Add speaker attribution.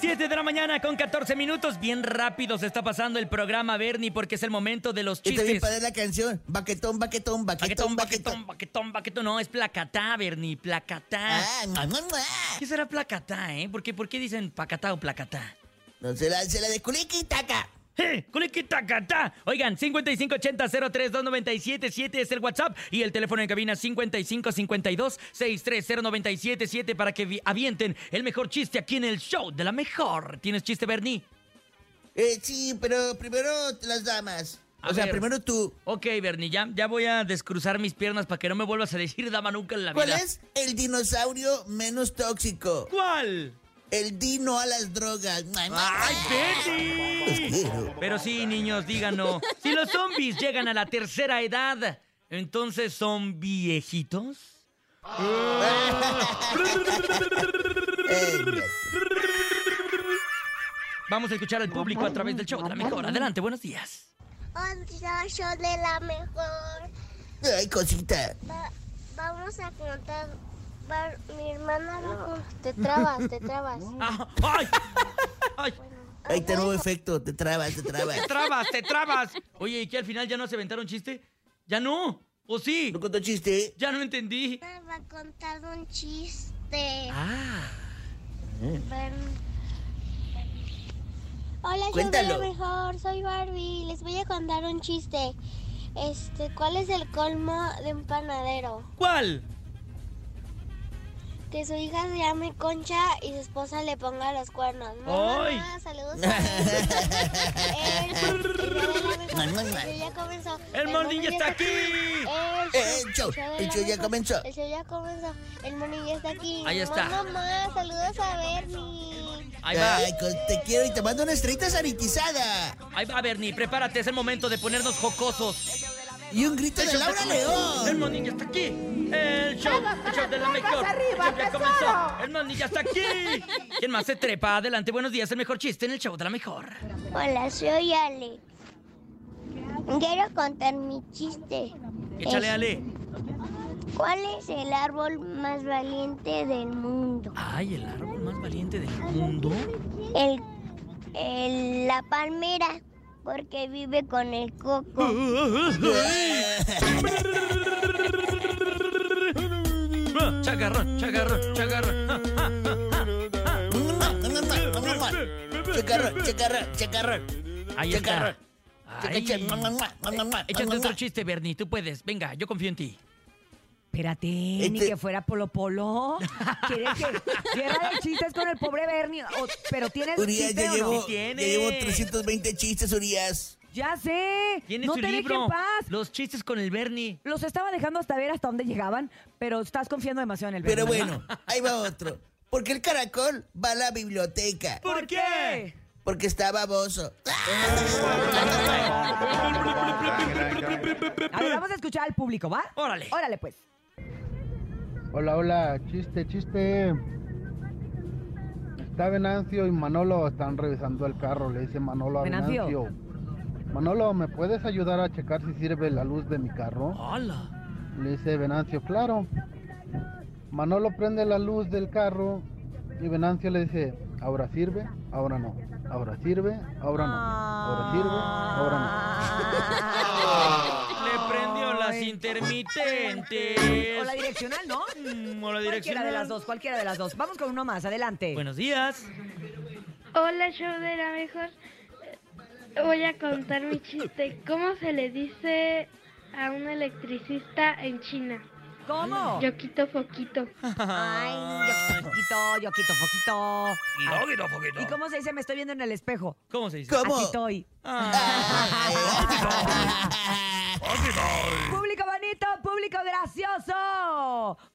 Speaker 1: 7 de la mañana con 14 minutos. Bien rápido se está pasando el programa, Bernie, porque es el momento de los
Speaker 2: Está Este bien
Speaker 1: chistes.
Speaker 2: padre la canción. Baquetón, baquetón,
Speaker 1: Baquetón, baquetón,
Speaker 2: baquetón, baquetón.
Speaker 1: baquetón, baquetón. No, es placatá, Bernie, placatá.
Speaker 2: Ah, mua, mua, mua.
Speaker 1: ¿Qué será placatá, eh? ¿Por qué, por qué dicen pacatá o placatá?
Speaker 2: No se la, se la de culiqui, taca.
Speaker 1: ¡Eh! ¡Culiquitacatá! Oigan, 5580-032977 es el WhatsApp y el teléfono en cabina 5552-630977 para que vi- avienten el mejor chiste aquí en el show de la mejor. ¿Tienes chiste, Bernie?
Speaker 2: Eh, sí, pero primero las damas.
Speaker 1: A
Speaker 2: o sea,
Speaker 1: ver.
Speaker 2: primero tú.
Speaker 1: Ok, Bernie, ya, ya voy a descruzar mis piernas para que no me vuelvas a decir dama nunca en la
Speaker 2: ¿Cuál
Speaker 1: vida.
Speaker 2: es el dinosaurio menos tóxico?
Speaker 1: ¿Cuál?
Speaker 2: El dino a las drogas. Mua, mua.
Speaker 1: ¡Ay, Betty! Pero sí, niños, díganos. Si los zombies llegan a la tercera edad, entonces son viejitos.
Speaker 2: Eh,
Speaker 1: Vamos a escuchar al público a través del show de la mejor. Adelante, buenos días.
Speaker 3: Hola, yo de la mejor.
Speaker 2: Ay, cosita.
Speaker 3: Va- vamos a contar. va- mi hermana va con- Te trabas, te trabas.
Speaker 1: Ah, ¡Ay! ¡Ay!
Speaker 2: Ahí está nuevo efecto. Te trabas, te trabas.
Speaker 1: ¡Te trabas, te trabas! Oye, ¿y qué al final ya no se aventaron chiste? ¿Ya no? ¿O sí?
Speaker 2: ¿No contó chiste?
Speaker 1: Ya no entendí.
Speaker 3: Mi hermana Va a contar un chiste.
Speaker 1: Ah.
Speaker 3: Ven. Hola,
Speaker 2: Cuéntalo.
Speaker 3: yo soy la mejor, soy Barbie. Les voy a contar un chiste. Este, ¿cuál es el colmo de un panadero?
Speaker 1: ¿Cuál?
Speaker 3: Que su hija se llame Concha y su esposa le ponga los cuernos.
Speaker 1: ¡Ay!
Speaker 3: Mamá, saludos. a él.
Speaker 2: Mua, mua, mua.
Speaker 3: El show ya comenzó.
Speaker 1: ¡El morning ya está aquí!
Speaker 3: El
Speaker 2: El show,
Speaker 3: de
Speaker 2: el
Speaker 3: la
Speaker 2: show ya
Speaker 3: mejor.
Speaker 2: comenzó.
Speaker 3: El show ya comenzó. El morning ya está aquí.
Speaker 1: Ahí está.
Speaker 3: Mamá, saludos a Bernie.
Speaker 1: Ahí va.
Speaker 2: Ay, co- te quiero y te mando una estrellita sanitizada.
Speaker 1: Ahí va, Bernie. Prepárate, es el momento de ponernos jocosos.
Speaker 2: Y un grito de Laura
Speaker 1: El
Speaker 2: León.
Speaker 1: Morning ya está aquí. El show, el show de la mejor. el show ya comenzó. El Morning ya está aquí. ¿Quién más se trepa? Adelante, buenos días. El mejor chiste en el show de la mejor.
Speaker 3: Hola, soy Ale. Quiero contar mi chiste.
Speaker 1: Échale,
Speaker 3: Es-
Speaker 1: Ale.
Speaker 3: ¿Cuál es el árbol más valiente del mundo?
Speaker 1: Ay, el árbol más valiente del mundo.
Speaker 3: El, el- la palmera, porque vive con el coco.
Speaker 1: Ah, Chagarrón, chagarrón, chagarrón. Ah, ah,
Speaker 2: Chacarrón, chacarrón, chacarrón.
Speaker 1: Ahí está.
Speaker 2: Chacarrón.
Speaker 1: Ay. Échate otro chiste, Bernie. Tú puedes. Venga, yo confío en ti.
Speaker 4: Espérate, ni
Speaker 2: Este-
Speaker 4: que fuera Polo Polo. ¿Quieres que guerra de chistes con el pobre Bernie? O- pero tienes
Speaker 2: Urias,
Speaker 4: chiste
Speaker 2: ya
Speaker 4: o no?
Speaker 2: llevo,
Speaker 1: Sí
Speaker 2: ya
Speaker 1: tiene.
Speaker 2: llevo 320 chistes, Urias.
Speaker 4: Ya sé.
Speaker 1: Tiene
Speaker 4: No
Speaker 1: su
Speaker 4: te dejen
Speaker 1: libro.
Speaker 4: en paz.
Speaker 1: Los chistes con el Bernie.
Speaker 4: Los estaba dejando hasta ver hasta dónde llegaban, pero estás confiando demasiado en el Bernie.
Speaker 2: Pero bueno, ahí va otro. Porque el caracol va a la biblioteca.
Speaker 1: ¿Por qué?
Speaker 2: Porque está baboso.
Speaker 4: A ver, vamos a escuchar al público, ¿va?
Speaker 1: Órale.
Speaker 4: Órale, pues.
Speaker 5: Hola, hola, chiste, chiste. Está Venancio y Manolo, están revisando el carro, le dice Manolo a
Speaker 4: Venancio.
Speaker 5: Venancio. Manolo, ¿me puedes ayudar a checar si sirve la luz de mi carro?
Speaker 1: Hola.
Speaker 5: Le dice Venancio, claro. Manolo prende la luz del carro y Venancio le dice, ahora sirve, ahora no, ahora sirve, ahora no, ahora sirve, ahora no.
Speaker 4: Ah.
Speaker 1: Le prendió las
Speaker 4: Ay.
Speaker 1: intermitentes.
Speaker 4: O la direccional, ¿no?
Speaker 1: Mm, o la
Speaker 4: Cualquiera
Speaker 1: dirección.
Speaker 4: de las dos, cualquiera de las dos. Vamos con uno más, adelante.
Speaker 1: Buenos días.
Speaker 6: Hola, show de la mejor. eh, Voy a contar mi chiste. ¿Cómo se le dice a un electricista en China?
Speaker 4: ¿Cómo?
Speaker 6: Yo quito foquito.
Speaker 4: Ay, yo quito foquito, yo quito foquito. Ay,
Speaker 1: Poquito, poquito.
Speaker 4: ¿Y cómo se dice? Me estoy viendo en el espejo.
Speaker 1: ¿Cómo se dice? Ah.
Speaker 2: ¿Cómo?
Speaker 4: Aquí estoy.
Speaker 2: Ay.
Speaker 4: Público bonito, público gracioso.